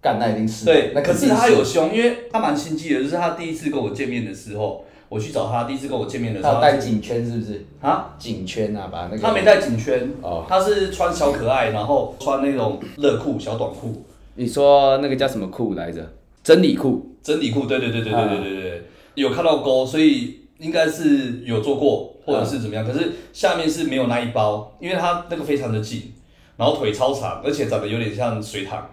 A: 干那一定是。
B: 对，
A: 那
B: 可
A: 肯
B: 是
A: 定
B: 他有胸，因为他蛮心机的，就是他第一次跟我见面的时候，我去找他，第一次跟我见面的时
A: 他有
B: 候，
A: 戴颈圈是不是？
B: 啊，
A: 颈圈啊，把那个
B: 他没。戴颈圈，
A: 哦，
B: 他是穿小可爱，然后穿那种热裤、小短裤、
D: 你说那个叫什么裤来着？真理裤。
B: 真理裤，对对对对对
D: 嗯
B: 对对对，有看到沟，所以应该是有做过
D: 嗯
B: 或者是怎么样，可是下面是没有那一包，因为它那个非常的紧，然后腿超长，而且长得有点像水塘。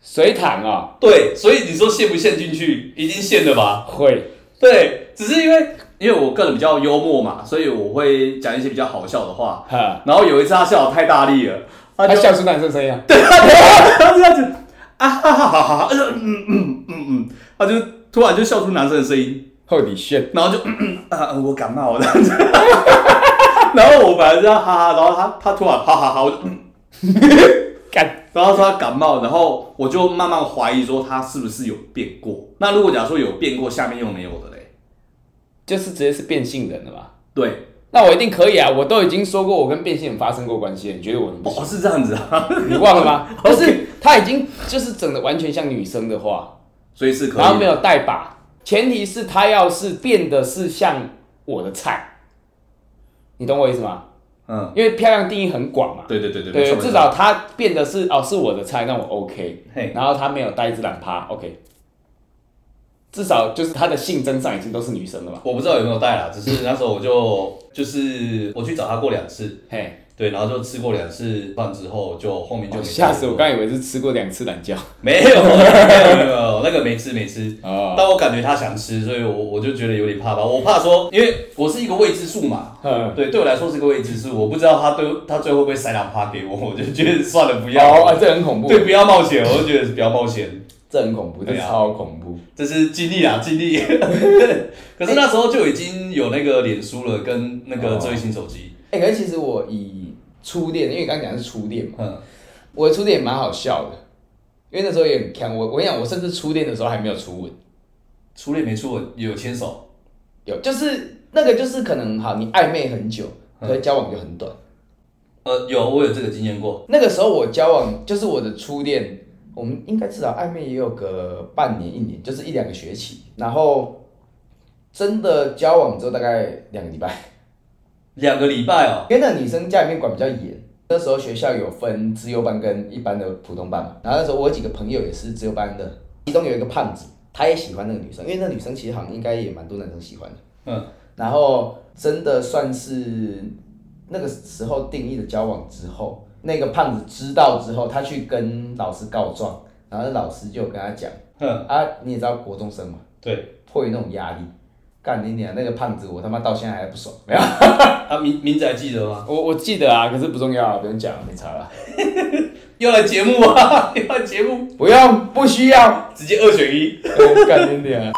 D: 水塘啊、
B: 对，所以你说陷不陷进去，一定陷的吧？
D: 会
B: 对，只是因为因为我个人比较幽默嘛，所以我会讲一些比较好笑的话。
D: 哈，
B: 然后有一次他笑得太大力了，他
D: 他
B: 就
D: 笑出男生声音啊，
B: 他这样子啊哈哈哈哈，呃嗯嗯嗯嗯，他就突然就笑出男生的声音。
D: 厚底炫，
B: 然后就 啊，我感冒了这 样子。然后我本来是要哈哈，然后他他突然哈哈哈，我就嗯
D: 干，
B: 然后他说他感冒，然后我就慢慢怀疑说他是不是有变过。那如果假如说有变过，下面又没有的嘞，
D: 就是直接是变性人了嘛。
B: 对，
D: 那我一定可以啊！我都已经说过，我跟变性人发生过关系了，你觉得我能不行？
B: 哦是这样子啊，
D: 你忘了 吗？
B: OK
D: 就是他已经就是整的完全像女生的话，
B: 所以是可以的。
D: 然后没有带把，前提是他要是变的是像我的菜，你懂我意思吗？
B: 嗯，
D: 因为漂亮定义很广嘛，
B: 对对对对，没
D: 对，
B: 错
D: 至少他变的是哦是我的菜，那我 OK，
B: 嘿
D: 然后他没有带一只懒趴，OK，至少就是他的性征上已经都是女生了嘛，
B: 我不知道有没有带啦，只是那时候我就就是我去找他过两次，
D: 嘿，
B: 对，然后就吃过两次饭之后，就后面就
D: 哦
B: 没
D: 吓死
B: 吃
D: 我，
B: 过
D: 刚以为是吃过两次懒觉
B: 没有没有没有没有那个没吃没吃，
D: 哦，
B: 但我感觉他想吃，所以我我就觉得有点怕吧。我怕说，因为我是一个未知数嘛，
D: 嗯，
B: 对，对我来说是个未知数，我不知道他对他最后会不会塞两趴给我，我就觉得算了，不要，
A: 哎
D: 哦，啊这很恐怖，
B: 对，不要冒险，我就觉得不要冒险。
A: 这很恐怖，这
B: 对啊
A: 超恐怖。
B: 这是尽力啊，尽力。 可是那时候就已经有那个脸书了，跟那个最新手机，
A: 哎、可是其实我以初恋，因为你刚刚讲的是初恋嘛，
B: 嗯，
A: 我的初恋也蛮好笑的，因为那时候也很看我，我跟你讲，我甚至初恋的时候还没有初吻，
B: 初恋没初吻，有牵手，
A: 有就是那个就是可能好，你暧昧很久，可是交往就很短。
B: 呃，有我有这个经验过，
A: 那个时候我交往就是我的初恋，我们应该至少暧昧也有个半年一年，就是一两个学期，然后真的交往之后大概两个礼拜，
B: 两个礼拜哦，
A: 因为那个女生家里面管比较严。那时候学校有分自由班跟一般的普通班嘛，然后那时候我有几个朋友也是自由班的，其中有一个胖子，他也喜欢那个女生，因为那女生其实好像应该也蛮多男生喜欢的。
B: 嗯，
A: 然后真的算是那个时候定义的交往之后，那个胖子知道之后，他去跟老师告状，然后那老师就跟他讲
B: 哼，
A: 啊，你也知道国中生嘛，
B: 对，
A: 迫于那种压力，干你娘那个胖子，我他妈到现在还不爽。没有，
B: 啊，名名字还记得吗？
A: 我我记得啊，可是不重要啊，不用讲了，没差了，
B: 又来节目啊， 又来节目，
A: 不用，不需要，
B: 直接二选一，
A: 干你娘。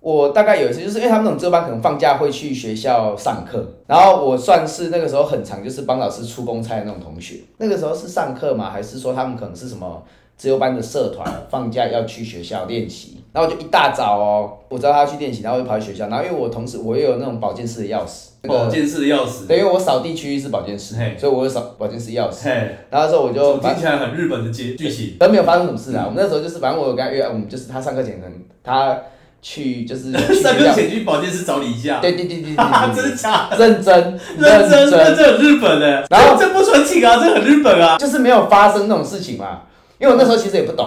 A: 我大概有一次，就是因为他们那种自由班可能放假会去学校上课，然后我算是那个时候很常就是帮老师出公差的那种同学。那个时候是上课嘛，还是说他们可能是什么自由班的社团放假要去学校练习？然后我就一大早哦，我知道他要去练习，然后我就跑去学校。然后因为我同时我也有那种保健室的钥匙，那
B: 保
A: 个
B: 健哦室的钥匙，
A: 哦对，因为我扫地区域是保健室
B: 嘿，
A: 所以我有扫保健室钥 匙。
B: 嘿，
A: 然后那时候我就
B: 怎么听起来很日本的节剧情？
A: 都没有发生什么事啊。我们那时候就是，反正我有跟他约，我们就是他上课前可能他去就是 去
B: 三
A: 学
B: 哥
A: 校，
B: 前去保健室找你一下，
A: 对对对对对
B: 哈哈，
A: 对
B: 真的 假
A: 对，认真
B: 的？认真，
A: 真，
B: 这这很日本的，
A: 然后
B: 这这不纯情啊，这很日本啊，
A: 就是没有发生那种事情嘛。因为我那时候其实也不懂，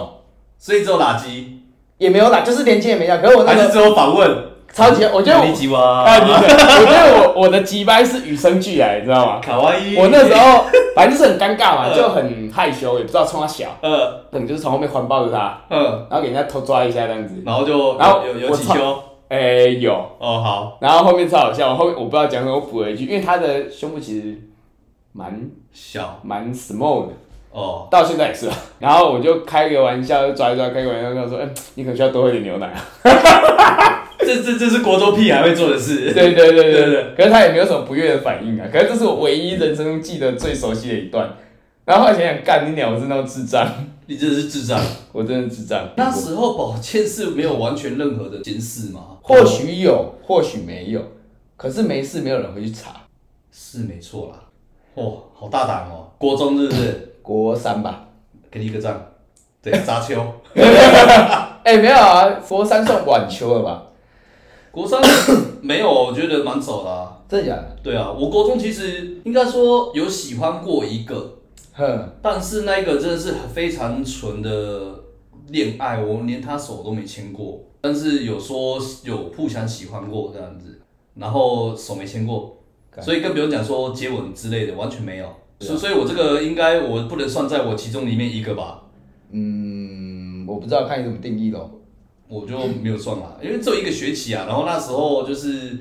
B: 所以只有打击，
A: 也没有打，就是年轻也没打。可是我那
B: 还
A: 时
B: 是
A: 候
B: 只有访问？
A: 超级，我觉得
B: 你
A: 我
B: 吉哇，
D: 啊，你的，我觉得我我的急掰是与生俱来，你知道吗？
B: 卡哇伊，
D: 我那时候反正就是很尴尬嘛，
B: 嗯
D: 就很害羞，也不知道冲他小，
B: 呃
D: 可能就是从后面环抱着他，
B: 呃，
D: 然后给人家偷抓一下这样子。
B: 然后就
D: 然后
B: 有有
D: 我
B: 有起
D: 操
B: 修
D: 哎、有，
B: 哦，好，
D: 然后后面超好笑，我后面我不知道讲什么，我补了一句，因为他的胸部其实蛮
B: 小
D: 蛮 small 的，
B: 哦，
D: 到现在也是 啊。然后我就开个玩笑，就抓一抓，开个玩笑跟他 说，嗯、你可能需要多喝一点牛奶啊。
B: 这这这是国中屁孩会做的事，
D: 对对对
B: 对
D: 对
B: 对
D: 对。可是他也没有什么不悦的反应啊，可是这是我唯一人生中记得最熟悉的一段。然后后来想想，干你鸟，我真的智障，
B: 你真的是智障。
D: 我真的智障。
B: 那时候保健室没有完全任何的监视吗？哦
A: 或许有，或许没有，可是没事，没有人会去查。
B: 是没错啦。哦，好大胆哦，国中是不是？
A: 国三吧，
B: 给你一个赞，对，扎秋。
A: 哎、没有啊，国三算晚秋了吧？
B: 国三没有，我觉得蛮早的、啊。
A: 真的假的？
B: 对啊，我国中其实应该说有喜欢过一个，
A: 哼，
B: 但是那个真的是非常纯的恋爱，我连他手都没牵过，但是有说有互相喜欢过这样子，然后手没牵过，所以更不用讲说接吻之类的，完全没有。所以所以，我这个应该我不能算在我其中里面一个吧，
A: 嗯，我不知道，看你怎么定义咯。
B: 我就没有算啦，因为只有一个学期啊。然后那时候就是，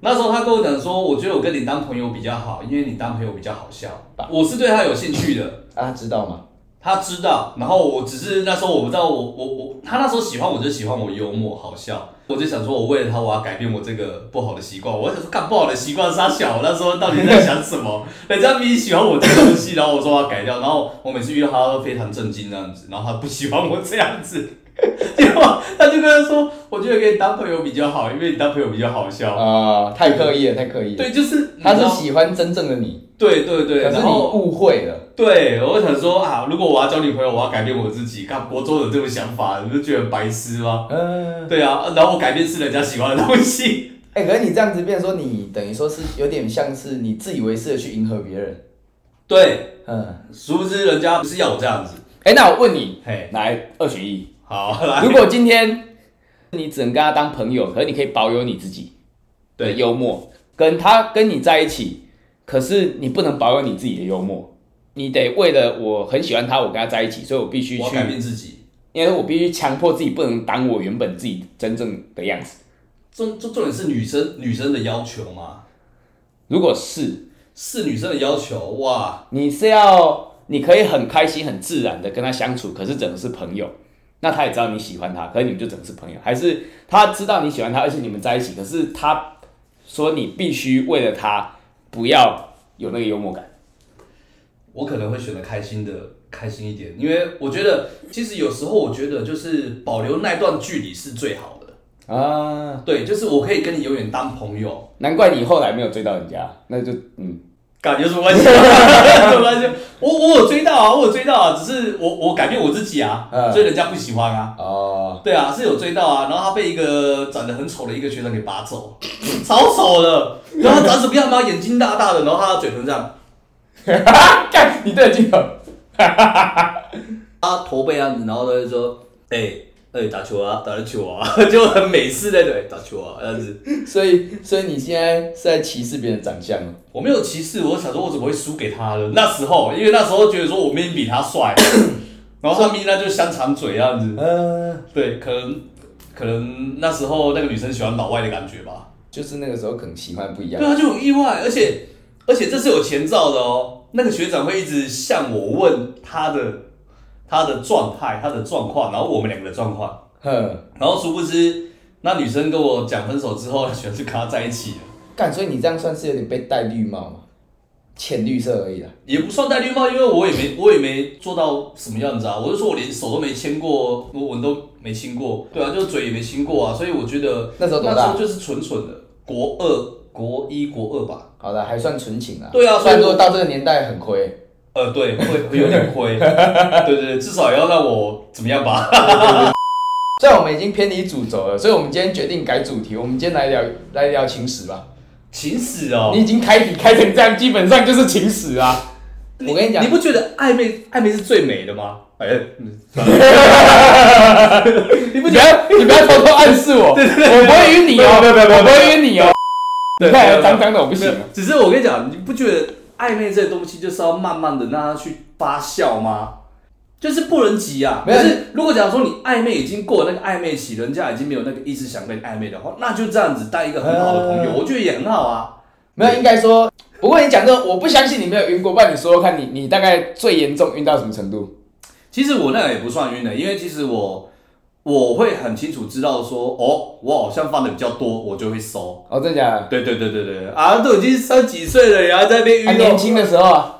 B: 那时候他跟我讲说，我觉得我跟你当朋友比较好，因为你当朋友比较好笑。我是对他有兴趣的，
A: 啊，知道吗？
B: 他知道，然后我只是那时候我不知道我我我他那时候喜欢我就喜欢我幽默好笑，我就想说我为了他我要改变我这个不好的习惯，我想说干不好的习惯杀小，我那时候到底在想 什么？人家明明喜欢我这个东西，然后我说我要改掉，然后我每次遇到他都非常震惊这样子，然后他不喜欢我这样子， 结果他就跟他说，我觉得跟你当朋友比较好，因为你当朋友比较好笑。
A: 啊、太刻意了，太刻意了。
B: 对，就是
A: 他
B: 你知
A: 是
B: 道
A: 喜欢真正的你，
B: 对对对，
A: 可是
B: 然
A: 你
B: 后
A: 误会了。
B: 对，我想说啊，如果我要交女朋友，我要改变我自己。看国中有这种想法，你不觉得很白痴吗？
A: 嗯，
B: 对啊，然后我改变是人家喜欢的东西。
A: 哎、可是你这样子变成说你等于说是有点像是你自以为是的去迎合别人。
B: 对，
A: 嗯，
B: 殊不知人家不是要我这样子。
D: 哎、那我问你，
B: 嘿，
D: 来二选一，
B: 好来，
D: 如果今天你只能跟他当朋友，可是你可以保有你自己的
B: 对
D: 幽默，跟他跟你在一起，可是你不能保有你自己的幽默，你得为了我很喜欢他，我跟他在一起，所以我必须
B: 我要
D: 去
B: 改，变自己。
D: 因为我必须强迫自己不能当我原本自己真正的样子。
B: 重重重点是女生女生的要求嘛，
D: 如果是
B: 是女生的要求哇。
D: 你是要，你可以很开心、很自然的跟他相处，可是只能是朋友。那他也知道你喜欢他，可是你们就只是朋友，还是他知道你喜欢他，而且你们在一起，可是他说你必须为了他不要有那个幽默感。
B: 我可能会选择开心的，开心一点，因为我觉得其实有时候我觉得就是保留那段距离是最好的。
D: 啊，
B: 对，就是我可以跟你永远当朋友，
D: 难怪你后来没有追到人家，那就嗯，
B: 感觉什么关系？ 有什么关系？我我有追到啊，我有追到啊，只是我我改变我自己啊，
D: 嗯
B: 所以人家不喜欢啊。
D: 哦，
B: 对啊，是有追到啊，然后他被一个长得很丑的一个学长给拔 走，超丑的。然后他长什么样吗？眼睛大大的，然后他的嘴唇这样，
D: 干，你对着镜头，
B: 他驼背样子，然后他就说：“哎、哎、打球啊，打球啊， 就很美式那种哎打球啊这样子。
A: 所以所以你现在是在歧视别人的长相吗？”
B: 我没有歧视，我想说我怎么会输给他呢？那时候，因为那时候觉得说我明明比他 帅，然后他明明那就香肠嘴啊样子。
A: 呃，
B: 对，可能可能那时候那个女生喜欢老外的感觉吧。
A: 就是那个时候可能喜欢不一样
B: 对。啊，就很意外，而且而且这是有前兆的哦。那个学长会一直向我问他的他的状态、他的状况，然后我们两个的状况，
A: 哼，
B: 然后殊不知那女生跟我讲分手之后，那学长就跟他在一起了。
A: 干，所以你这样算是有点被戴绿帽嘛，浅绿色而已啦。
B: 也不算戴绿帽，因为我也没我也没做到什么样子啊，我就说我连手都没牵过，我吻都没亲过，对啊，就嘴也没亲过啊，所以我觉得
A: 那时候多大
B: 那时候就是蠢蠢的，国二、国一、国二吧，
A: 好了，还算纯情啦。
B: 对啊
A: 虽然
B: 所以
A: 说
B: 我
A: 到这个年代很亏，
B: 呃，对，会会有点亏， 对对对，至少也要让我怎么样吧？
A: 虽然我们已经偏离主轴了，所以我们今天决定改主题，我们今天来聊来聊情史吧。
B: 情史哦，
D: 你已经开题开成这样，基本上就是情史啊。
A: 我跟你讲
B: 你，不觉得暧昧暧昧是最美的吗？哎，嗯算了
D: 你不要，你不要偷偷暗示我，我不会晕你哦，不要不要不要我不会晕你哦。
B: 对
D: 你看脏脏的，我不
B: 没
D: 行啊
B: 有。只是我跟你讲，你不觉得暧昧这东西就是要慢慢的让它去发酵吗？就是不能急啊。
A: 没
B: 可
A: 有
B: 是如果讲说你暧昧已经过了那个暧昧期，人家已经没有那个意思想跟你暧昧的话，那就这样子当一个很好的朋友，
D: 呃
B: 我觉得也很好啊。
A: 没有应该说，
D: 不过你讲这个，我不相信你没有晕过。不然你说说看你，你大概最严重晕到什么程度？
B: 其实我那个也不算晕的，因为其实我我会很清楚知道说，哦，我好像放的比较多，我就会收。
D: 哦，真的假的？
B: 对对对对对，啊，都已经三几岁了，然后在那边晕、
D: 啊，
B: 哦
D: 年轻的时候啊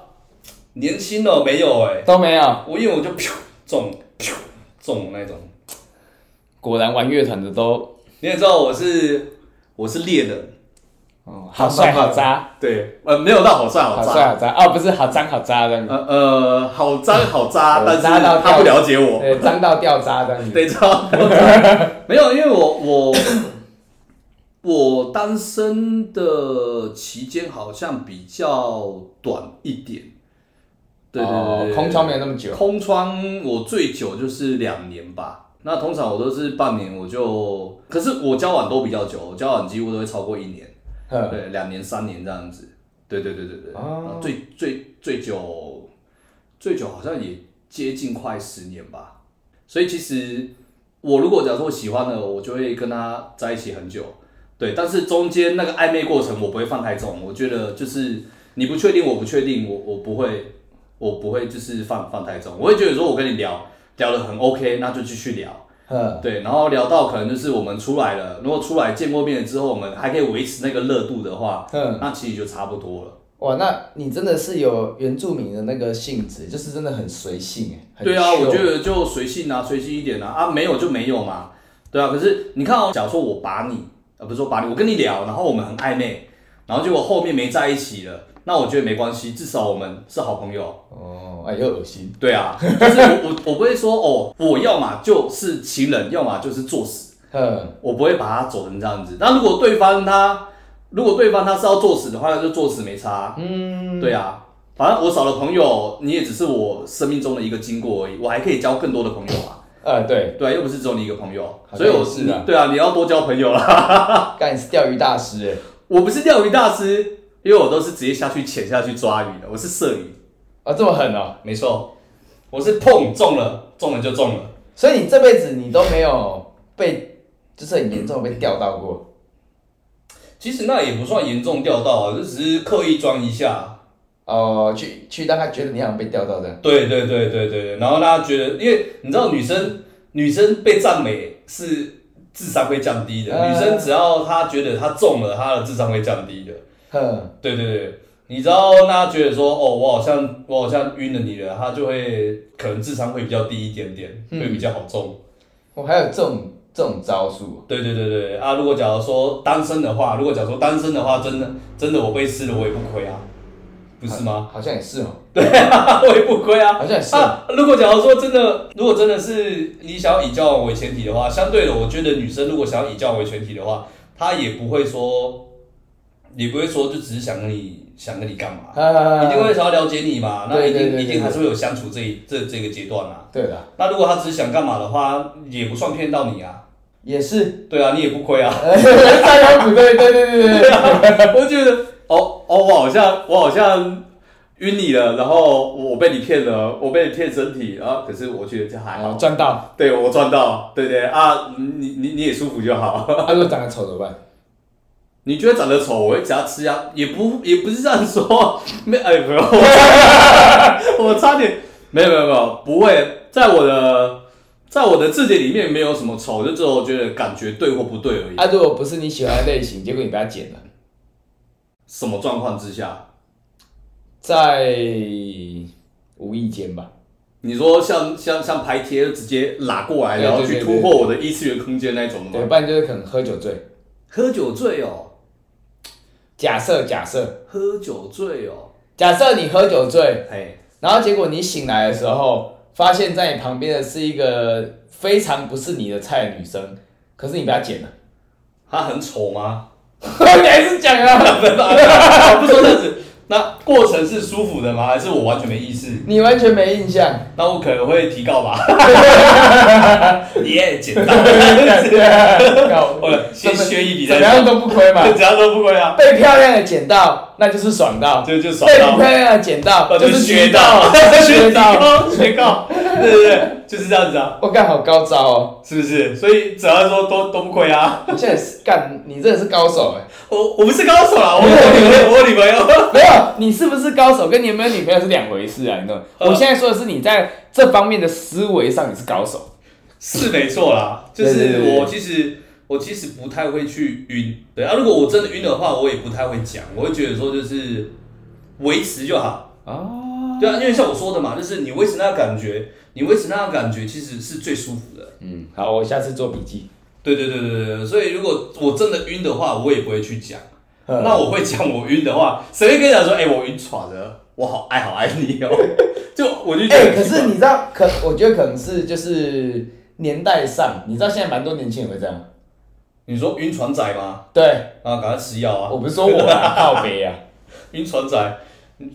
B: 年轻哦，没有哎、
D: 都没有。
B: 我因为我就 噗中噗中那种。
D: 果然玩乐团的都，
B: 你也知道我是我是猎人，
D: 哦，好帅好渣，
B: 对，呃，没有到好帅好
D: 好
B: 渣，
D: 帅好渣哦，不是好脏好渣这样子。
B: 呃呃，好脏好渣，
D: 呃
B: 但是
D: 渣到
B: 他不了解 我，
D: 呃，脏到掉渣这样子。
B: 对，知道没有，因为我我我单身的期间好像比较短一点，对对对
D: 哦
B: 对对
D: 空窗没有那么久。
B: 空窗我最久就是两年吧。那通常我都是半年，我就，可是我交往都比较久，我交往几乎都会超过一年，
D: 嗯
B: 对，两年三年这样子。对对对对对，
D: 哦
B: 然后最最最久，最久好像也接近快十年吧。所以其实我如果假如说我喜欢了，我就会跟他在一起很久。对，但是中间那个暧昧过程我不会放太重，我觉得就是你不确定，我不确定，我我不会，我不会就是放放太重，我会觉得说我跟你聊聊得很 OK，那就继续聊。
A: 呃，
B: 对，然后聊到可能就是我们出来了，如果出来见过面之后，我们还可以维持那个热度的话，
A: 嗯
B: 那其实就差不多了。
A: 哇，那你真的是有原住民的那个性质，就是真的很随性哎、很
B: 对啊，
A: chill
B: 我觉得就随性啊，随性一点啊，啊没有就没有嘛，对啊。可是你看哦，假如说我把你，呃，不是说把你，我跟你聊，然后我们很暧昧，然后结果后面没在一起了，那我觉得没关系，至少我们是好朋友。
A: 哦，哎，又恶心。
B: 对啊， 就是我我我不会说哦，我要嘛就是情人，要么就是作死。
A: 呃，
B: 我不会把他走成这样子。那如果对方他，如果对方他是要作死的话，那就作死没差。嗯，对啊，反正我少了朋友，你也只是我生命中的一个经过而已，我还可以交更多的朋友啊。
A: 呃，对，
B: 对啊，又不是只有你一个朋友，
A: 好像
B: 所以我
A: 也是啊
B: 你对啊，你要多交朋友啦。
A: 干你是钓鱼大师哎、
B: 我不是钓鱼大师，因为我都是直接下去潜下去抓鱼的，我是射鱼，
A: 啊，这么狠哦、
B: 没错，我是碰中了，中了就中了。
A: 所以你这辈子你都没有被，就是很严重地被钓到过。
B: 其实那也不算严重钓到啊，就只是刻意装一下，
A: 哦、去去让他觉得你好像被钓到的，
B: 对对对对对，对然后大家觉得，因为你知道女生女生被赞美是智商会降低的，
A: 嗯
B: 女生只要她觉得她中了，她的智商会降低的。
A: 哼，
B: 对对对，你知道那觉得说哦，我好像我好像晕了你了，她就会可能智商会比较低一点点，会比较好中。
A: 我还有这种这种招数，
B: 对对对对啊！如果假如说单身的话，如果假如说单身的话，真的真的我被吃了我也不亏啊，不是吗？
A: 好像也是哦，
B: 我也不亏啊。
A: 好像也是哦。
B: 啊，如果假如说真的，如果真的是你想要以交往为前提的话，相对的，我觉得女生如果想要以交往为前提的话，她也不会说，也不会说就只是想跟你想跟你干嘛，
A: 啊
B: 一定会想要了解你嘛，那
A: 对
B: 一
A: 对
B: 定
A: 对
B: 一定
A: 对
B: 还是会有相处这一这这个阶段啊。
A: 对的，
B: 那如果她只是想干嘛的话，也不算骗到你啊，
A: 也是。
B: 对啊，你也不亏啊。
A: 大腰鼓，对对对对对对，
D: 我觉得，哦哦，我好像我好像晕你了，然后我被你骗了，我被你骗身体啊，可是我觉得这还好，
A: 赚到。
D: 对我哦赚到，对对啊，你你你也舒服就好。
A: 他如果长得丑怎么办？
D: 你觉得长得丑，我会给他吃啊，也不也不是这样说，没哎没有， 我差点没有没有没有，不会，在我的在我的字典里面没有什么丑，就只有觉得感觉对或不对而已。
A: 啊，如果不是你喜欢的类型，结果你被他剪了，
D: 什么状况之下？
A: 在无意间吧。
D: 你说像像像拍贴直接拉过来，
A: 对对
D: 然后去
A: 对对
D: 突破我的异次元空间那种的
A: 对，
D: 吗？
A: 不然就是可能喝酒醉。
D: 喝酒醉哦，
A: 假设假设
D: 喝酒醉哦，
A: 假设你喝酒醉，
D: 哎，
A: 然后结果你醒来的时候，发现在你旁边的是一
D: 呃
A: 个非常不是你的菜的女生，可是你被她剪了。
B: 她很丑 吗？
A: 你还是讲 啊，
B: 啊不说这样子，那过程是舒服的吗？还是我完全没意识？
A: 你完全没印象。
B: 那我可能会提告吧。耶，简单，
A: 我
B: 我 先削一笔
A: 怎
B: 再
A: 么样
B: 说，
A: 都不亏嘛。
B: 只要都不亏啊，
A: 被漂亮的捡到，那就是爽到；
B: 就就爽
A: 被不
B: 到
A: 漂。亮的捡 到，
B: 那
A: 就
B: 就是是
A: 学
B: 学
A: 到
B: 到，
A: 学
B: 学
A: 到。
B: 到，学告，对对对，就是这样子啊，
A: 我干好高招哦！
B: 是不是？所以只要说都都不亏啊。
A: 你现在是干，你真的是高手 哎！
B: 我我不是高手啦，我我女朋友，我女朋友。
A: 没有，你是不是高手，跟你有没有女朋友是两。
D: 两回事啊，你懂？
B: 呃
D: 我现在说的是你在这方面的思维上你是高手，
B: 是没错啦，就
D: 对对
B: 是
D: 对对
B: 我其实我其实不太会去晕，对啊，如果我真的晕的话，我也不太会讲，我会觉得说就是维持就好哦，对啊，因为像我说的嘛，就是你维持那个感觉，你维持那个感觉其实是最舒服的。
D: 嗯，好，我下次做笔记。
B: 对对对对对，所以如果我真的晕的话，我也不会去讲。那我会讲我晕的话，谁会跟你讲说，哎、我晕船了，我好爱好爱你哦、就我就觉
A: 哎、
B: 得很
A: 可
B: 奇怪、
A: 是你知道，可我觉得可能是就是年代上，你知道现在蛮多年轻人会这样。
B: 你说晕船仔吗？
A: 对，
B: 啊，赶快吃药啊！
A: 我不是说我 啊靠北啊，
B: 晕船仔，嗯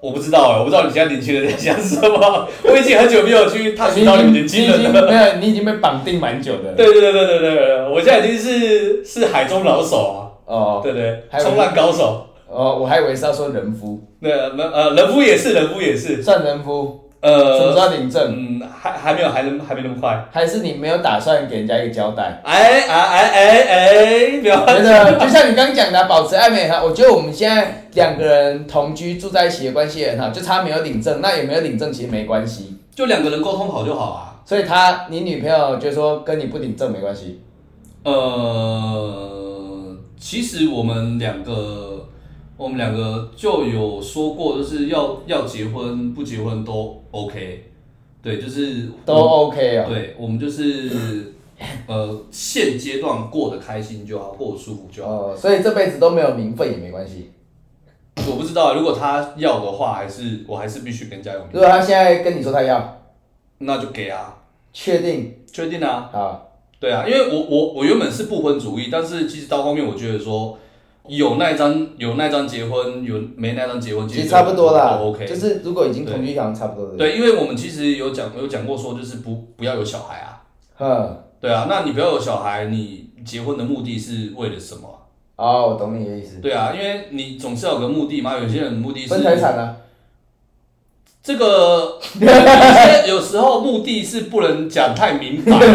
B: 我不知道哎、我不知道你现在年轻人在想什么。我已经很久没有去探
A: 你
B: 寻
A: 已
B: 到
A: 经
B: 你们
A: 你已
B: 年轻
A: 经
B: 人了。
A: 没有，你已经被绑定蛮久的了。
B: 对对对对对对对，我现在已经是是海中老手啊，
A: 哦
B: 对对
A: 还有
B: 冲浪高手。
A: 哦，我还以为是要说人夫，
B: 那呃，人夫也是，人夫也是，
A: 算人夫，什么时
B: 呃，
A: 候领证？
B: 嗯，还还没有，还能还没那么快。
A: 还是你没有打算给人家一个交代？
B: 哎哎哎哎哎，不要
A: 真的，就像你刚刚讲的啊，保持暧昧哈。我觉得我们现在两个人同居住在一起的关系也很好，就差没有领证，那有没有领证其实没关系。
B: 就两个人沟通好就好啊。
A: 所以他，你女朋友就说跟你不领证没关系。
B: 呃，其实我们两个，我们两个就有说过，就是要要结婚不结婚都 OK，对，就是
A: 都 OK 啊、
B: 对，我们就是呃现阶段过得开心就好，过得舒服就好。
A: 哦，所以这辈子都没有名分也没关系。
B: 我不知道，如果他要的话，还是我还是必须跟人家有名
A: 如果他现在跟你说他要，
B: 那就给啊，
A: 确定
B: 确定啊。
A: 啊，
B: 对啊，因为我我我原本是不婚主义，但是其实到后面我觉得说，有那张有那张结婚，有没那张结婚，
A: 其实差不多啦。
B: 都 OK，
A: 就是如果已经同居，好像差不多的。，
B: 对，因为我们其实有讲有讲过说，就是不不要有小孩啊，
A: 嗯，
B: 对啊，那你不要有小孩，你结婚的目的是为了什么啊？
A: 哦，我懂你的意思。
B: 对啊，因为你总是要有个目的嘛，有些人目的是
A: 分财产啊，
B: 这 个有些有啊 时候目的是不能讲太明白的，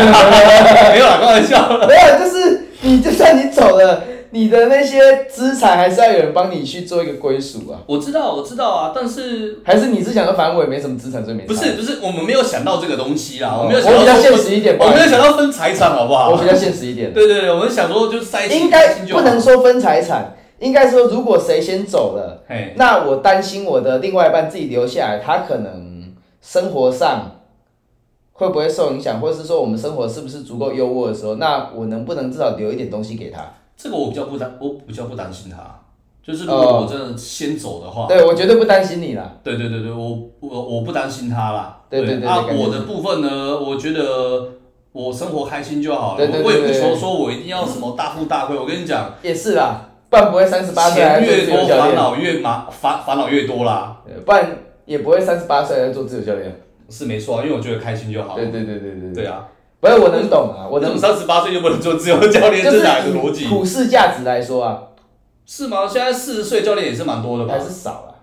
B: 没有啦，开玩笑。
A: 没有，就是你就算你走了，你的那些资产还是要有人帮你去做一个归属啊。
B: 我知道，我知道啊，但是
A: 还是你是想说，反正我也没什么资产，所以没差
B: 不是不是，我们没有想到这个东西啦，
A: 哦
B: 我没有想到，
A: 我比较现实一点
B: 我没有想到分财产，好不好？
A: 我比较现实一点，
B: 对对对，我们想说就是在一起
A: 应该
B: 开心就
A: 不
B: 好
A: 能说分财产，应该说如果谁先走了。
B: 嘿，
A: 那我担心我的另外一半自己留下来，他可能生活上会不会受影响，或者是说我们生活是不是足够优渥的时候，那我能不能至少留一点东西给他？
B: 这个我比较不担，我比较不担心他，就是如
A: 哦
B: 果我真的先走的话，
A: 对我绝对不担心你啦。
B: 对对对对，我我我不担心他啦。
A: 对对对
B: 那
A: 对感觉
B: 我
A: 是
B: 的部分呢，我觉得我生活开心就好了，
A: 对对对
B: 我也不
A: 对对
B: 求说我一定要什么大富大贵。我跟你讲，
A: 也是啦，不然不会三十八岁还
B: 钱
A: 在做
B: 越
A: 自由
B: 多
A: 教
B: 烦
A: 练，
B: 恼越麻烦烦恼越多啦，
A: 呃不然也不会三十八岁还在做自由教练。
B: 是没错啊，因为我觉得开心就好。
A: 对对对对对
B: 对。啊，
A: 不是我能懂啊，我
B: 怎
A: 能
B: 么三十八岁就不能做自由教练？
A: 就
B: 这
A: 是
B: 是哪个逻辑
A: 以？普世价值来说啊，
B: 是吗？现在四十岁教练也是蛮多的吧
A: 还？是少了，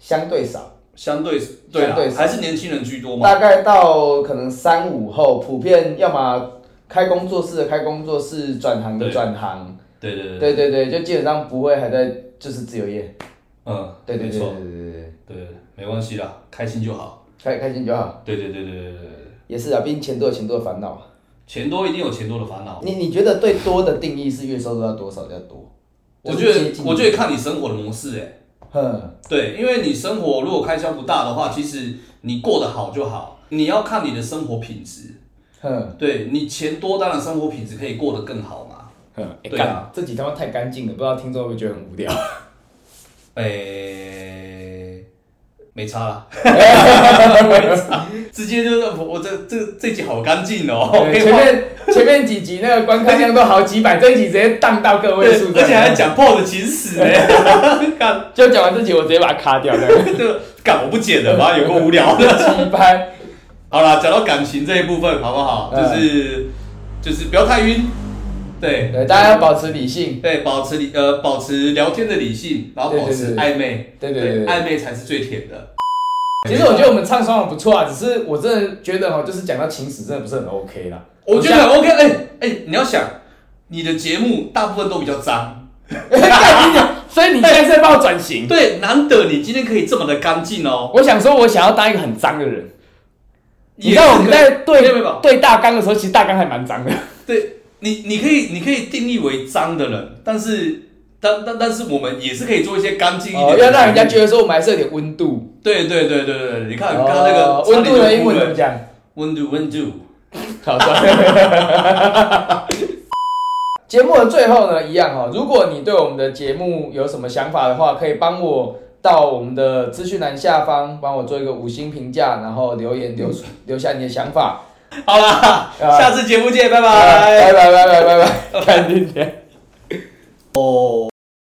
A: 相对少。
B: 相对对
A: 相对
B: 啊，
A: 少
B: 还是年轻人居多嘛。
A: 大概到可能三五后，普遍要么开工作室的开工作室，转行的
B: 对
A: 转行，
B: 对对对对，
A: 对对对，就基本上不会还在就是自由业，
B: 嗯，
A: 对对
B: 没
A: 对对
B: 错，
A: 对对对，
B: 对，没关系啦，开心就好。
A: 开开心就好，
B: 对对对对对对对。
A: 也是啊，毕竟钱多有钱多的烦恼啊。
B: 钱多一定有钱多的烦恼。
A: 你你觉得对多的定义是月收入要多少叫多？
B: 我觉
A: 就是接
B: 得，
A: 近
B: 我觉得看你生活的模式、欸，
A: 哼，
B: 对，因为你生活如果开销不大的话，其实你过得好就好。你要看你的生活品质，
A: 哼，
B: 对你钱多，当然生活品质可以过得更好嘛。
C: 哼，哎
B: 对
C: 干、
B: 啊
C: 这集他妈太干净了，不知道听众会不会觉得很无聊。
B: 诶、没差啦， 没差，直接就是我这这这集好干净哦，可
C: 对
B: 以
C: 前
B: 换
C: 面前面几集那个观看量都好几百，这一集直接荡到个位
B: 对，
C: 数，
B: 而且还讲破的情史呢、 干
C: 就讲完这集，我直接把它卡掉了，
B: 这干我不剪了吧，有够无聊 的。
C: 一般
B: 好啦，讲到感情这一部分，好不好？
A: 嗯
B: 就是就是不要太晕，对
A: 对，大家要保持理性，
B: 对，保持理呃保持聊天的理性，然后
A: 对对
B: 保持
A: 对
B: 暧昧，
A: 对对对对
B: 暧昧才是最甜的。
C: 其实我觉得我们唱双簧不错啊，只是我真的觉得哦，就是讲到情史真的不是很 OK 啦。
B: 我觉得很 OK，哎、哎、你要想，你的节目大部分都比较脏，
C: 所以你现在是在帮我转型？
B: 对，难得你今天可以这么的干净哦。
C: 我想说，我想要当一个很脏的人。你
B: 也
C: 知道我
B: 是
C: 们
B: 可以
C: 在
B: 没有没有没
C: 对
B: 有
C: 对大纲的时候，其实大纲还蛮脏的。
B: 对你，你可以你可以定义为脏的人，但是但但但是我们也是可以做一些干净一点
A: 哦，
B: 的
A: 要让人家
B: 节
A: 觉
B: 目
A: 得说我们还是有点温度，
B: 对对对对对，你看刚刚那个
A: 哦温度的英文怎么
B: 温度
A: 讲？
B: 温度温度。
A: 好 节目的最后呢，一样哦。如果你对我们的节目有什么想法的话，可以帮我到我们的资讯栏下方帮我做一个五星评价，然后留言
B: 嗯
A: 留留下你的想法。
B: 好啦，
A: 啊
B: 下次节目见，拜
A: 拜
B: 拜。
A: 拜拜拜拜拜，看今天。